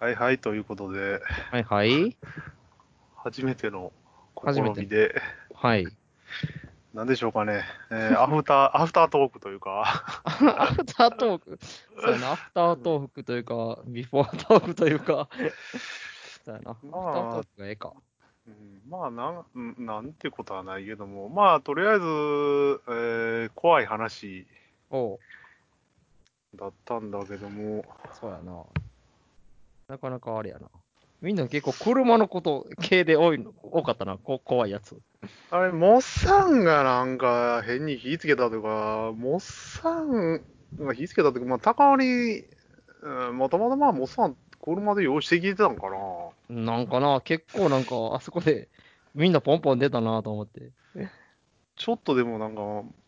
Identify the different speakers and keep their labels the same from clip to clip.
Speaker 1: はいはい、ということで、
Speaker 2: はいはい。
Speaker 1: 初めての試
Speaker 2: 初めて
Speaker 1: みで、
Speaker 2: はい。
Speaker 1: なんでしょうかね、え ーアフター、アフタートークというか、
Speaker 2: アフタートーク。そうやな、アフタートークというか、ビフォートークという か。そうやな、アフタ
Speaker 1: まあ
Speaker 2: ートークがええか。
Speaker 1: うんまあなん、うんなんてことはないけども、まあ、とりあえず、えー怖い話
Speaker 2: おう、
Speaker 1: だったんだけども、
Speaker 2: そうやな。なかなかあれやな。みんな結構車のこと系で多いの多かったな、こ怖いやつ。
Speaker 1: あれ、モッサンがなんか変に火つけたとか、モッサンが火つけたとか、まあ、高割、うん、まあたまたまモッサン、車で用意してきてたんかな。
Speaker 2: なんかな、結構なんか、あそこでみんなポンポン出たなと思って。
Speaker 1: ちょっとでもなんか、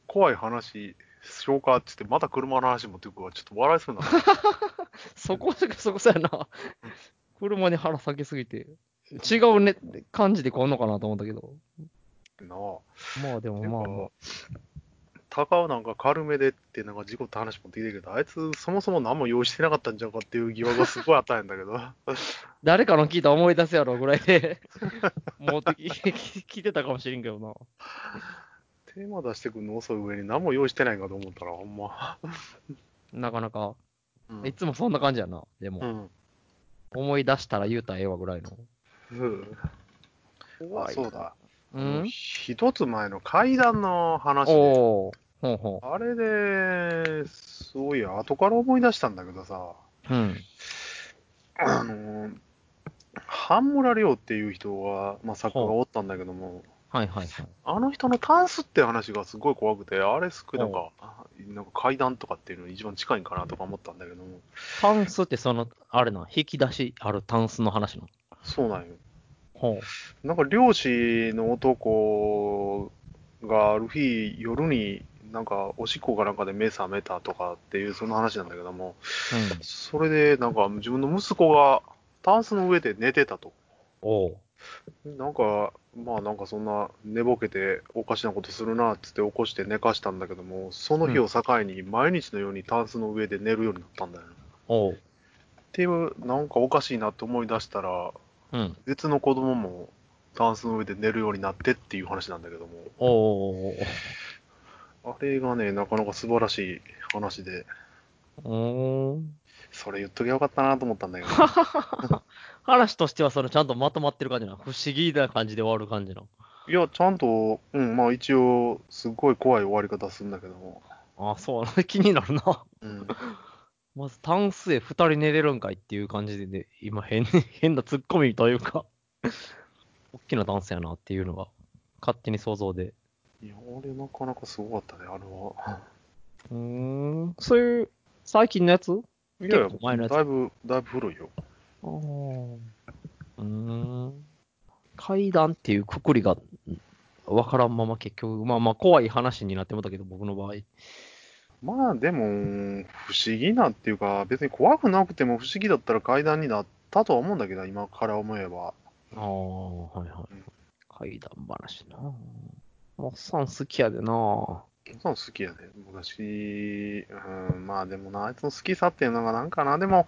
Speaker 1: 怖い話しようかって言って、また車の話持ってくわ。ちょっと笑いそうになる。
Speaker 2: そこ、そこさやな。車に腹裂けすぎて。違うね、感じで来んのかなと思ったけど。
Speaker 1: なあ。
Speaker 2: まあでも
Speaker 1: て
Speaker 2: まあまあ
Speaker 1: か。高尾なんか軽めでってなんか事故った話持ってきてるけど、あいつそもそも何も用意してなかったんちゃうかっていう疑惑がすごいあったんだけど、
Speaker 2: 誰かの聞いたら思い出すやろぐらい で、持ってき聞いてたかもしれんけどな。
Speaker 1: テーマ出してくるの遅い上に何も用意してないんかと思ったら、ほん ま。
Speaker 2: なかなか。
Speaker 1: うん
Speaker 2: いつもそんな感じやな。でも、
Speaker 1: うん。
Speaker 2: 思い出したら言うたらええわぐらいの。
Speaker 1: うんあそうだ。
Speaker 2: う
Speaker 1: もうん一つ前の階段の話で、
Speaker 2: おおほんほ
Speaker 1: あれで、そういや、後から思い出したんだけどさ、
Speaker 2: ん。うん。
Speaker 1: あのー、半村亮っていう人が、まあ、作家がおったんだけども、
Speaker 2: はいはいはい。
Speaker 1: あの人のタンスって話がすごい怖くて、あれすごいなんか、なんか階段とかっていうのに一番近いんかなとか思ったんだけども、
Speaker 2: タンスってその、あれな、引き出しあるタンスの話の。
Speaker 1: そうなんよ。
Speaker 2: ほ
Speaker 1: なんか漁師の男がある日、夜になんかおしっこかなんかで目覚めたとかっていう、その話なんだけども、
Speaker 2: う。うん。
Speaker 1: それでなんか自分の息子がタンスの上で寝てたと。
Speaker 2: おう
Speaker 1: なんか、まあなんかそんな寝ぼけておかしなことするなっつって起こして寝かしたんだけども、その日を境に毎日のようにタンスの上で寝るようになったんだよね。
Speaker 2: おう。
Speaker 1: っていう、なんかおかしいなって思い出したら、
Speaker 2: うん。
Speaker 1: 別の子供もタンスの上で寝るようになってっていう話なんだけども、
Speaker 2: おうおう
Speaker 1: あれがね、なかなか素晴らしい話で、
Speaker 2: おうおううーん。
Speaker 1: それ言っときゃよかったなと思ったんだけど、
Speaker 2: 話としてはそのちゃんとまとまってる感じな。不思議な感じで終わる感じの。
Speaker 1: いや、ちゃんと、うん、まあ一応、すっごい怖い終わり方するんだけども、
Speaker 2: ああ、そうな。気になるな。
Speaker 1: うん、
Speaker 2: まず、タンスへ2人寝れるんかいっていう感じで、ね、今変、 変なツッコミというか、 大きなタンスやなっていうのが、勝手に想像で。
Speaker 1: いや、俺なかなかすごかったね、あれは。
Speaker 2: うーん、そういう、最近のやつあ
Speaker 1: いやいや
Speaker 2: 結構前のやつ
Speaker 1: だいぶ、だいぶ古いよ。
Speaker 2: あ。うーん。階段っていうくくりが、わからんまま結局、まあまあ怖い話になってもたけど、僕の場合。
Speaker 1: まあでも、不思議なっていうか、別に怖くなくても不思議だったら階段になったとは思うんだけど、今から思えば。
Speaker 2: ああ、はいはい。階段話なあ。おっさん好きやでなあ。
Speaker 1: そう好きやね。昔、うん、まあでもな、あいつの好きさっていうのがなんかな、でも、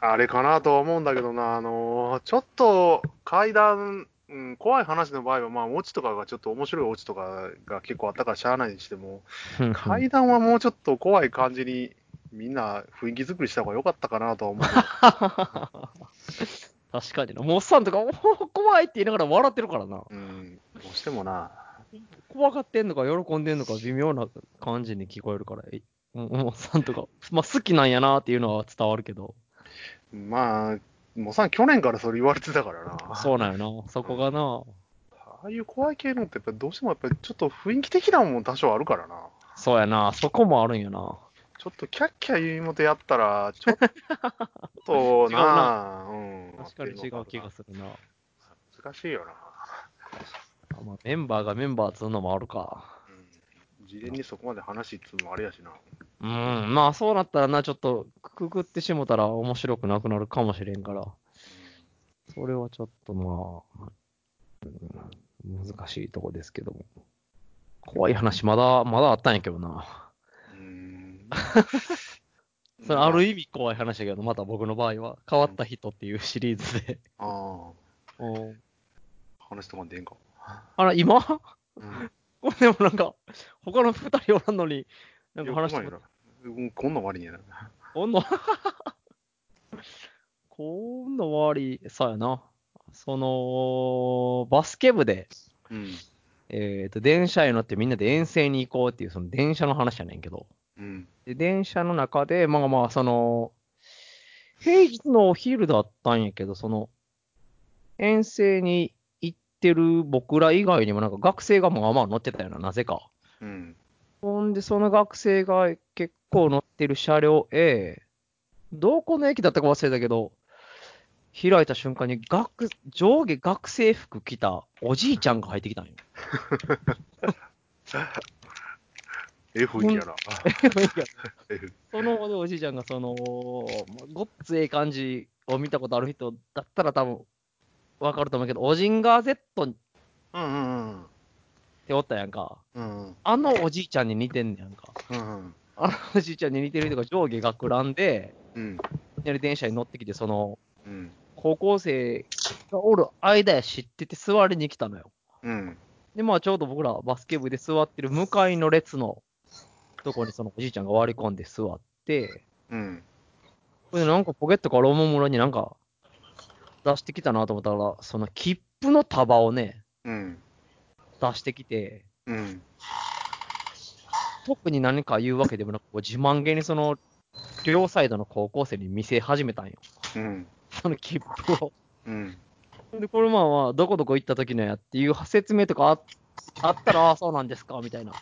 Speaker 1: あれかなとは思うんだけどな、あのーちょっと階段、うん、怖い話の場合は、まあ、オチとかがちょっと面白いオチとかが結構あったからしゃあないにしても、階段はもうちょっと怖い感じに、みんな雰囲気作りした方が良かったかなとは 思う。
Speaker 2: 確かにな。もうおっさんとか、お ー怖いって言いながら笑ってるからな。
Speaker 1: うん、どうしてもな、
Speaker 2: 怖がってんのか、喜んでんのか、微妙な感じに聞こえるから、えうんうんおっさんとか、まあ好きなんやなっていうのは伝わるけど、
Speaker 1: まあ、もうさ、去年からそれ言われてたからな。
Speaker 2: そうなんよな。そこがな、
Speaker 1: ああいう怖い系のって、やっぱどうしてもやっぱりちょっと雰囲気的なもん多少あるからな。
Speaker 2: そうやな。そこもあるんやな。
Speaker 1: ちょっとキャッキャ言いもてやったら、ちょっと
Speaker 2: 違う
Speaker 1: な
Speaker 2: な
Speaker 1: うん、
Speaker 2: 確かに違う気がするな。
Speaker 1: 難しいよな。
Speaker 2: あまあ、メンバーがメンバーっつうのもあるか。
Speaker 1: うん事前にそこまで話っつうのもあれやしな。
Speaker 2: うん、まあそうなったらな、ちょっとくくってしもたら面白くなくなるかもしれんから、それはちょっとまあ、うん難しいとこですけども。怖い話、まだ、まだあったんやけどな。
Speaker 1: うん。
Speaker 2: それある意味怖い話だけど、また僕の場合は、変わった人っていうシリーズで。
Speaker 1: あ
Speaker 2: お
Speaker 1: あ、話とか出んか。
Speaker 2: あら、今
Speaker 1: うん
Speaker 2: これでもなんか、他の二人おらんのに、なんか話し
Speaker 1: い
Speaker 2: て
Speaker 1: や
Speaker 2: も
Speaker 1: ほんまやなうんこんなん割にやな。
Speaker 2: こんな、 こんな終わり、さやな。その、バスケ部で、
Speaker 1: うん。
Speaker 2: えっ、と、電車へ乗ってみんなで遠征に行こうっていう、その電車の話やねんけど。
Speaker 1: うん。
Speaker 2: で、電車の中で、まあまあ、その、平日のお昼だったんやけど、その、遠征に行ってる僕ら以外にも、なんか学生がまあまあ乗ってたよな、なぜか。
Speaker 1: うん。
Speaker 2: ほんで、その学生が結構乗ってる車両 A、どこの駅だったか忘れたけど、開いた瞬間に学、上下学生服着たおじいちゃんが入ってきたんよ。
Speaker 1: ええ雰囲気やな。
Speaker 2: そのおじいちゃんが、その、ごっつええ感じを見たことある人だったら多分、わかると思うけど、オジンガー Z っ
Speaker 1: うんうん
Speaker 2: ておったやんか。
Speaker 1: うん。うん
Speaker 2: あのおじいちゃんに似てんねやんか。
Speaker 1: うん。
Speaker 2: あのおじいちゃんに似てる人が上下学ランで、
Speaker 1: うん。
Speaker 2: いきなり電車に乗ってきて、その、
Speaker 1: うん。
Speaker 2: 高校生がおる間や知ってて座りに来たのよ。
Speaker 1: うん。
Speaker 2: で、まあちょうど僕らバスケ部で座ってる向かいの列のとこにそのおじいちゃんが割り込んで座って、
Speaker 1: うん。
Speaker 2: これでなんかポケットからおもむろになんか出してきたなと思ったら、その切符の束をね、
Speaker 1: うん。
Speaker 2: 出してきて、
Speaker 1: うん。
Speaker 2: 特に何か言うわけでもなく、こう自慢げにその両サイドの高校生に見せ始めたんよ。
Speaker 1: うん。
Speaker 2: その切符を。
Speaker 1: うん。
Speaker 2: で、これまあまあ、どこどこ行った時のやっていう説明とかああったら、ああ、そうなんですか、みたいな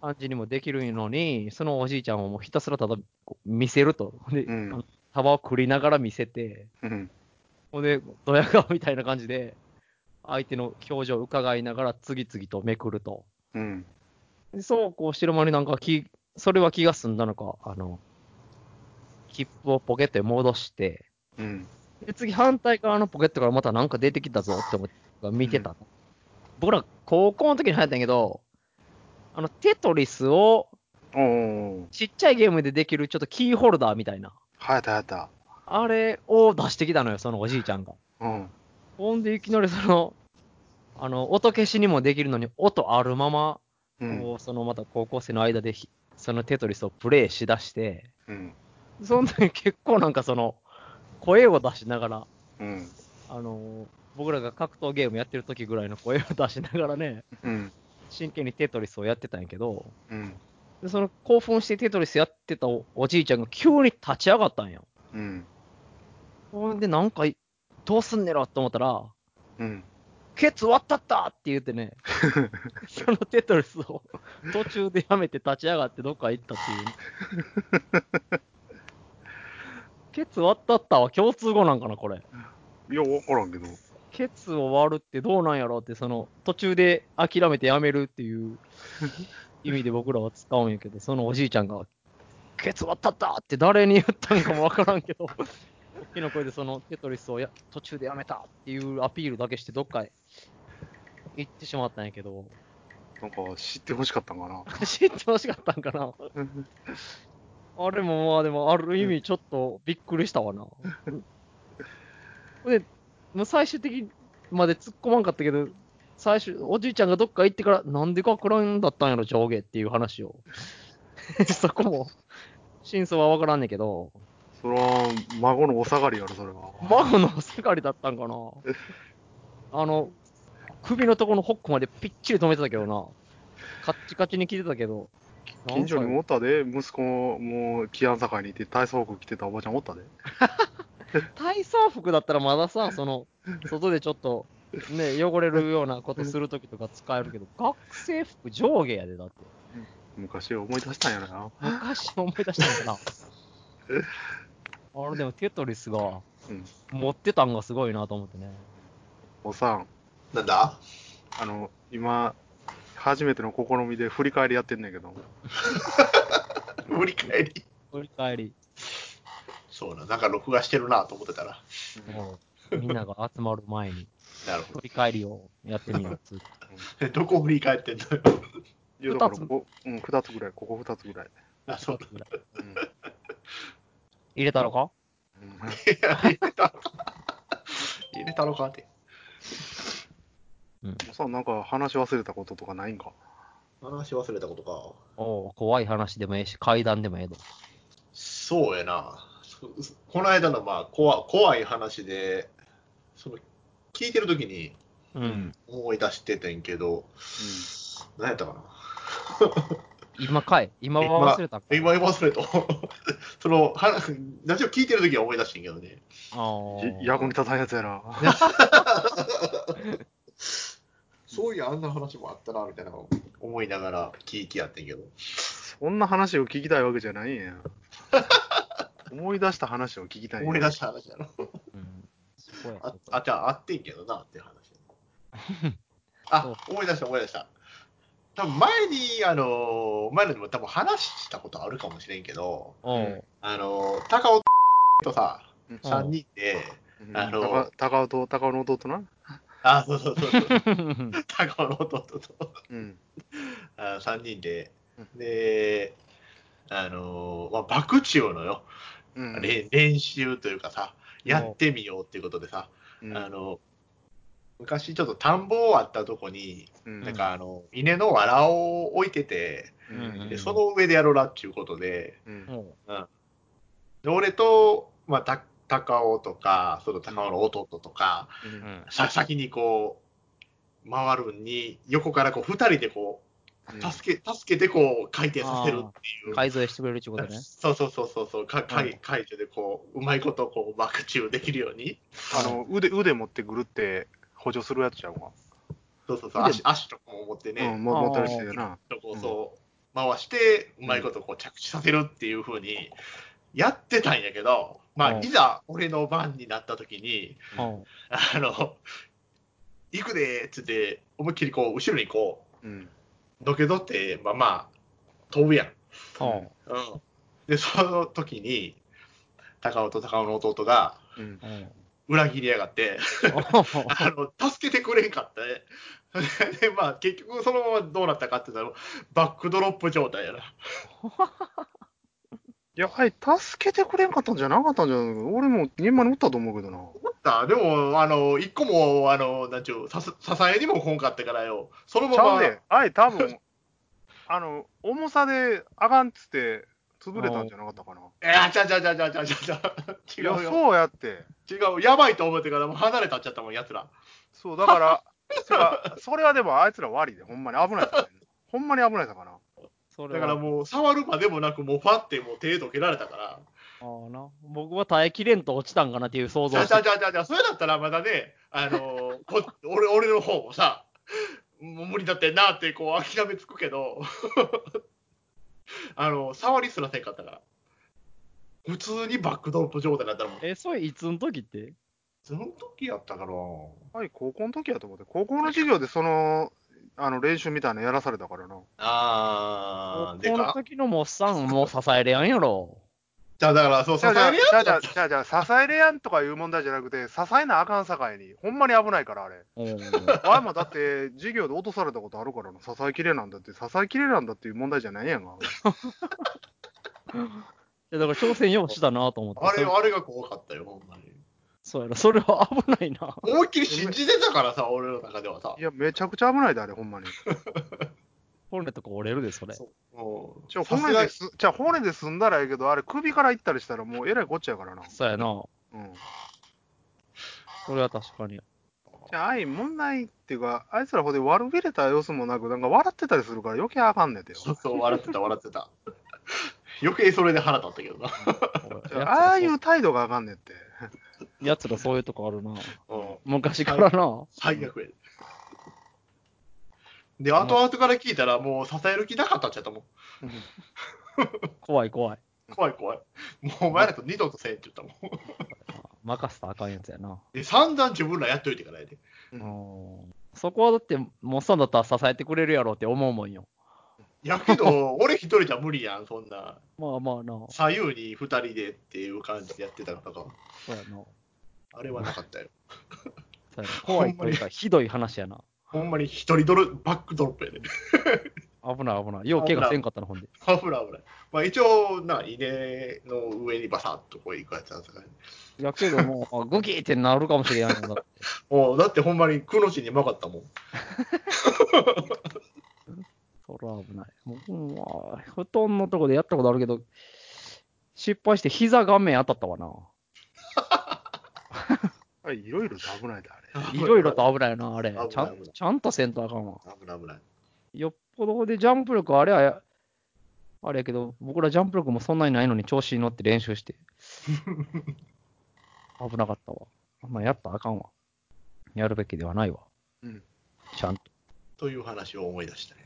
Speaker 2: 感じにもできるのに、そのおじいちゃんをもうひたすらただこう見せると。で、
Speaker 1: うん
Speaker 2: あの束をくりながら見せて、
Speaker 1: うん。
Speaker 2: ほんで、ドヤ顔みたいな感じで、相手の表情を伺いながら次々とめくると。
Speaker 1: うん。
Speaker 2: でそうこうしてる間になんか気、それは気が済んだのか、あの、切符をポケットに戻して、
Speaker 1: うん。
Speaker 2: で、次反対側のポケットからまたなんか出てきたぞって思って見てた。僕ら高校の時に流行ったんやけど、あの、テトリスを
Speaker 1: おお。
Speaker 2: ちっちゃいゲームでできるちょっとキーホルダーみたいな、
Speaker 1: はやたはやた。
Speaker 2: あれを出してきたのよ、そのおじいちゃんが。
Speaker 1: うん。
Speaker 2: ほんでいきなりその、あの、音消しにもできるのに音あるまま、
Speaker 1: うん。
Speaker 2: こうそのまた高校生の間でひそのテトリスをプレイしだして、
Speaker 1: うん。
Speaker 2: その時結構なんかその、声を出しながら、
Speaker 1: うん。
Speaker 2: あのー僕らが格闘ゲームやってる時ぐらいの声を出しながらね、
Speaker 1: うん。
Speaker 2: 真剣にテトリスをやってたんやけど、
Speaker 1: うん。
Speaker 2: でその興奮してテトリスやってたおおじいちゃんが急に立ち上がったんや。
Speaker 1: うん。
Speaker 2: ほんでなんか、どうすんねろと思ったら、
Speaker 1: うん。
Speaker 2: ケツ割ったったって言ってね、そのテトリスを途中でやめて立ち上がってどっか行ったっていう。ケツ割ったったは共通語なんかな、これ。
Speaker 1: いや、わからんけど。
Speaker 2: ケツを割るってどうなんやろうって、その途中で諦めてやめるっていう意味で僕らは使うんやけど、そのおじいちゃんが、ケツ割ったったって誰に言ったんかもわからんけど、大きな声でそのテトリスをや途中でやめたっていうアピールだけしてどっかへ行ってしまったんやけど、
Speaker 1: なんか、知ってほしかったんかな。
Speaker 2: 知ってほしかったんかな。あれもまあでもある意味ちょっとびっくりしたわな。で、もう最終的まで突っ込まんかったけど、最初、おじいちゃんがどっか行ってから、なんでかクラウンだったんやろ、上下っていう話を。 そこも、真相はわからんねんけど、
Speaker 1: それは、孫のお下がりやろ、それは。
Speaker 2: 孫の盛りだったんかな。あの、首のとこのホックまでぴっちり止めてたけどな。カッチカチに切れてたけど。
Speaker 1: 近所にもおったで、息子も、紀安坂にいて、体操服着てたおばちゃんおったで。
Speaker 2: 体操服だったらまだ さ、その、外でちょっと、ね、汚れるようなことするときとか使えるけ ど、学生服上下やで、だって。
Speaker 1: 昔思い出したんやろな。
Speaker 2: 昔思い出したのか な。あれでもテトリスが
Speaker 1: うん、
Speaker 2: 持ってたんがすごいなと思ってね。
Speaker 1: おさん、
Speaker 3: なんだ
Speaker 1: あの、今、初めての試みで振り返りやってんねんけど。
Speaker 3: 振り返り。
Speaker 2: 振り返り、
Speaker 3: そうな、なんか録画してるなと思ってたら。
Speaker 2: もうみんなが集まる前に、
Speaker 3: なるほ
Speaker 2: 振り返りをやってみようっつう。
Speaker 3: ど。 どこ振り返ってんのよ。
Speaker 1: いや、だからここ、うん、2つぐらい、ここ2つぐらい。
Speaker 3: あ、そう
Speaker 2: ぐらい
Speaker 1: うん
Speaker 2: 入れたのか
Speaker 3: 入れたのか。入れたのかって。
Speaker 1: さあ、なんか話し忘れたこととかないんか
Speaker 3: 話忘れたことか。
Speaker 2: おう怖い話でもええし、階段でもええの。
Speaker 3: そうやな。そこの間のまあ怖怖い話で、その聞いてるときに
Speaker 2: うん。
Speaker 3: 思い出しててんけど、何やったかな。
Speaker 2: 今かい今は忘れたか
Speaker 3: 今忘れた。 その、はラジオ聞いてるときは思い出してんけどね。
Speaker 2: あー
Speaker 1: い役に立たんやつや な。
Speaker 3: そういうあんな話もあったな、みたいなのを思いながら聞いきやってんけど。
Speaker 1: そんな話を聞きたいわけじゃないんや。思い出した話を聞きたいんや。
Speaker 3: 思い出した話やろ。
Speaker 2: うんそこや
Speaker 3: あ
Speaker 2: そ、こ
Speaker 3: あ
Speaker 2: や
Speaker 3: じゃあ、あってんけどな、っていう話。 あ、思い出した、思い出した。多分前に、あのー前のでも多分話したことあるかもしれんけど、
Speaker 2: おう
Speaker 3: あのー高尾とさ、
Speaker 1: うん
Speaker 3: 3人で、
Speaker 1: うん
Speaker 3: あの
Speaker 1: 高高尾と高尾の弟な。
Speaker 3: あ、そうそうそうそう、 高尾の弟と。
Speaker 1: うん。
Speaker 3: あ3人で
Speaker 1: うん、
Speaker 3: で、あのーまあ、爆中のよ、
Speaker 1: うん
Speaker 3: れ練習というかさ、やってみようっていうことでさ、
Speaker 1: うん
Speaker 3: あの昔ちょっと田んぼあったとこに、
Speaker 1: うん
Speaker 3: なんかあの稲の藁を置いてて、
Speaker 1: う
Speaker 2: うん
Speaker 3: でその上でやろうなっていうことで、
Speaker 1: うん
Speaker 2: おう
Speaker 3: で俺と、まあ、た高尾とか、その高尾の弟とか、
Speaker 2: うん
Speaker 3: さ先にこう、回るんに、横からこう2人でこ
Speaker 1: うん
Speaker 3: う助け助けてこう回転させるっていう。
Speaker 2: 改造してくれるってことね。
Speaker 3: そうそうそうそうそう、かか
Speaker 2: う
Speaker 3: い解除でこう、うまいことこう、爆中できるように、
Speaker 1: あの腕腕持ってくるって補助するやつちゃうか。
Speaker 3: そうそうそう、
Speaker 1: で
Speaker 3: 足足とかも持って
Speaker 1: う
Speaker 3: ね、
Speaker 1: ん、も持ったりしてるな。
Speaker 3: とこうそう、回して、うまいことこう着地させるっていうふうにやってたんやけど、ま
Speaker 2: う
Speaker 3: あ、
Speaker 2: ん
Speaker 3: いざ俺の番になった時に、
Speaker 1: うん
Speaker 2: おう
Speaker 3: あの、行くでーっつって、思いっきりこう、後ろにこ
Speaker 1: うん。
Speaker 3: う、のけぞって、まあまあ、飛ぶやん。
Speaker 2: おう
Speaker 3: うん。で、その時に、高尾と高尾の弟が
Speaker 1: うん。
Speaker 2: おう
Speaker 3: 裏切りや がって、あの助けてくれんかったね。 で、まあ、結局、そのままどうなったかって言ったら、バックドロップ状態やな。
Speaker 1: いや、はい、助けてくれんかったんじゃなかったんじゃない俺も現場におったと思うけどな。
Speaker 3: だでも、あの、一個も、あの、なんちゅう、さす支えにも来んかったからよ、その
Speaker 1: ちゃ
Speaker 3: ま
Speaker 1: う
Speaker 3: ま、
Speaker 1: で、あれ多分、あの、重さであかんっつって、潰れたんじゃなかったかな。
Speaker 3: えー、ちゃうちゃうちゃうちゃうちゃうちゃうちゃう、
Speaker 1: い
Speaker 3: 違
Speaker 1: や、
Speaker 3: うよ、
Speaker 1: そうやって。
Speaker 3: 違う、やばいと思ってから、もう離れたっちゃったもん、やつら。
Speaker 1: そう、だ から、それはそれはでもあいつら悪いで、ほんまに危ないさ。ほんまに危ないさかな。
Speaker 2: それ
Speaker 3: だから
Speaker 2: は、
Speaker 3: もう、触るまでもなく、もう、ファって、もう、手どけられたから、
Speaker 2: あーな僕は耐えきれんと落ちたんかなっていう想
Speaker 3: じ
Speaker 2: 像
Speaker 3: ゃ
Speaker 2: を
Speaker 3: あ
Speaker 2: し
Speaker 3: じゃあ
Speaker 2: て
Speaker 3: じゃあじゃあじゃあそれだったらまだね、あのーこ俺俺の方もさ、もう無理だってんなってこう諦めつくけど、 あの触りすらせんかったから。普通にバックドロップ状態だったらもう、
Speaker 2: え、それいつの時って
Speaker 3: その時やったから、
Speaker 1: はい、高校の時やと思って、高校の授業でその、あの練習みたいなのやらされたからな。
Speaker 3: あー、で
Speaker 2: この
Speaker 3: か。
Speaker 2: 時のモッサンもう支えれやんやろ。
Speaker 3: じゃあだから、そう、
Speaker 1: じ
Speaker 3: 支
Speaker 1: ゃ
Speaker 3: え
Speaker 1: あじゃあ
Speaker 3: る
Speaker 1: じ
Speaker 3: やつ
Speaker 1: ゃあじゃあじゃあ支えれやんとかいう問題じゃなくて、支えなあかんさかいに、ほんまに危ないから、あれ。
Speaker 2: おう
Speaker 1: あいもだって、 授業で落とされたことあるからな、支えきれなんだって、支えきれなんだっていう問題じゃないやんか。
Speaker 2: いやだから挑戦ようしたなと思って。
Speaker 3: あれ、
Speaker 2: それ
Speaker 3: あれが怖かったよ、ほんまに。
Speaker 2: そうやろ、それは危ないな。
Speaker 3: 思いっきり信じてたからさ、俺の中ではさ
Speaker 1: い。や、めちゃくちゃ危ないで、あれ、ほんまに。
Speaker 2: 本来とか折れるで、それ。
Speaker 3: そうもう
Speaker 1: じゃあ、
Speaker 3: さす
Speaker 1: 骨
Speaker 3: が
Speaker 1: で、す、じゃあ、骨で済んだらええけど、あれ、首からいったりしたら、もうえらいこっちゃやからな。
Speaker 2: そうやな。
Speaker 1: うん。
Speaker 2: それは確かに。
Speaker 1: じゃあ、あい問題っていうか、あいつらほんで悪びれた様子もなく、なんか笑ってたりするから、余計あかんねんてよ。
Speaker 3: そうそう、笑ってた、笑ってた。余計それで腹立ったけどな。
Speaker 1: じゃあああい
Speaker 2: や
Speaker 1: う態度があかんねんって。
Speaker 2: つらそういうとこあるな。
Speaker 3: うん、
Speaker 2: 昔からな。
Speaker 3: 最悪やで。で、後々から聞いたら、もう支える気なかったっちゃったも
Speaker 2: 怖い怖い。
Speaker 3: ん。怖い怖い。もうお前らと二度とせえって言ったもん。
Speaker 2: 任せたらあかんやつやな。
Speaker 3: で、散々自分らやっといてからやで。
Speaker 2: うんそこはだって、モッサンだったら支えてくれるやろって思うもんよ。
Speaker 3: やけ ど、俺一人じゃ無理やん、そんな。
Speaker 2: まあまあな。
Speaker 3: 左右に二人でっていう感じでやってたから、
Speaker 2: そうやな。そ
Speaker 3: あれはなか ったよ。
Speaker 2: うやな
Speaker 3: ほん
Speaker 2: 怖
Speaker 3: まに
Speaker 2: いというか、ひどい話やな。
Speaker 3: ほんまに一人ドル、バックドロップやで。
Speaker 2: 危ない危ない。よう怪我せんかったな、ほんで。
Speaker 3: あ危ない危ない。まあ一応、な、稲の上にバサッとこう行くやつなんですからね。
Speaker 2: いやけどもう、あグキーってなるかもしれんやんな。
Speaker 3: もう、だってほんまにくの字にうまかったもん。
Speaker 2: そら危ない。もう、うんまあ、布団のとこでやったことあるけど、失敗して膝顔面当たったわな。
Speaker 1: あれいろいろと危ないで、あれ。
Speaker 2: いろいろと危ないな、あれ。
Speaker 3: 危ない
Speaker 2: ちゃ
Speaker 3: 危
Speaker 2: ん
Speaker 3: ない
Speaker 2: ちゃんとせんとあかんわ。
Speaker 3: 危ない危ない。
Speaker 2: よっぽどでジャンプ力あれはや、あれやけど、僕らジャンプ力もそんなにないのに調子に乗って練習 して。危なかったわ。まあ、やったらあかんわ。やるべきではないわ。
Speaker 1: うん。
Speaker 2: ちゃんと。
Speaker 3: という話を思い出したね。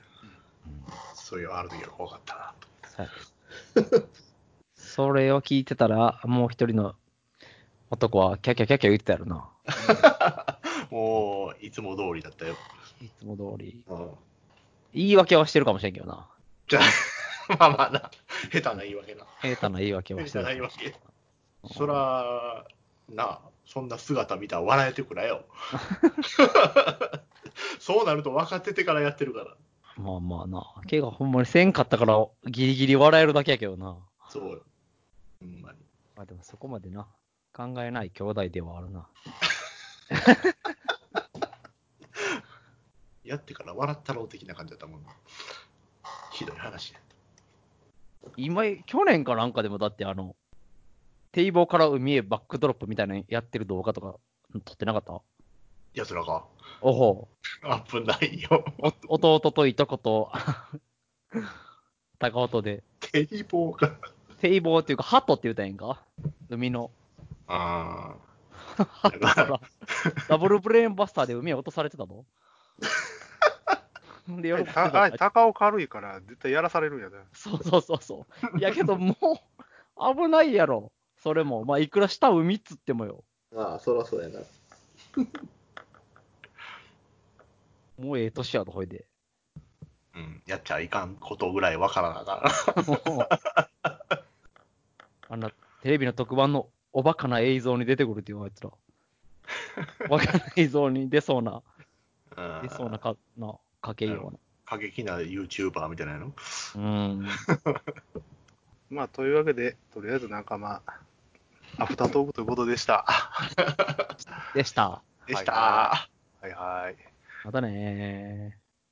Speaker 3: そういうある時が怖かったなと。
Speaker 2: はい、それを聞いてたら、もう一人の男はキャキャキャキャ言ってたやろな。
Speaker 3: もう、いつも通りだったよ。
Speaker 2: いつも通り。
Speaker 3: うん。
Speaker 2: 言い訳はしてるかもしれんけどな。
Speaker 3: じゃあ、 まあまあな、下手な言い訳な。
Speaker 2: 平坦な言い訳はして
Speaker 3: 下手
Speaker 2: る
Speaker 3: な
Speaker 2: かもし
Speaker 3: 言い
Speaker 2: れん。
Speaker 3: 訳。そら、なあ、そんな姿見たら笑えてくら よ。そうなると分かっててからやってるから。
Speaker 2: まあまあな。怪我ほんまにせんかったから、ギリギリ笑えるだけやけどな。
Speaker 3: そうよ。ほんまに。
Speaker 2: まあでもそこまでな、考えない兄弟ではあるな。
Speaker 3: やってから笑ったろう的な感じだったもんな。ひどい話や。
Speaker 2: 今、去年かなんかでもだってあの、堤防から海へバックドロップみたいなのやってる動画とか撮ってなかった
Speaker 3: やつらが
Speaker 2: おほ
Speaker 3: 危ないよ。
Speaker 2: うお弟といとこと 高音で。
Speaker 3: テイボーが。
Speaker 2: 堤防っていうか、鳩って言うたらええんか海の。
Speaker 3: あ
Speaker 2: ハトから、ダブルブレインバスターで海へ落とされてたの で、喜んでた
Speaker 1: たあれ、高尾軽いから、絶対やらされるんやで。
Speaker 2: そうそうそうそう。いやけどもう、危ないやろ。それも。まあ、いくら下海っつってもよ。
Speaker 3: あ。ああ、そらそうやな。
Speaker 2: もうええ年やろ、ほいで。
Speaker 3: うん、やっちゃいかんことぐらいわからなあかん。
Speaker 2: もうあんな、テレビの特番のおバカな映像に出てくるっていうあいつら。おバカな映像に出そうな、出そうなかな家計よ
Speaker 3: 過激な YouTuber みたいなの
Speaker 2: うな。うん。
Speaker 1: まあ、というわけで、とりあえずなんかまあ、アフタートークということでした。
Speaker 2: でした。
Speaker 3: でした。
Speaker 1: はいはい。
Speaker 2: またねー。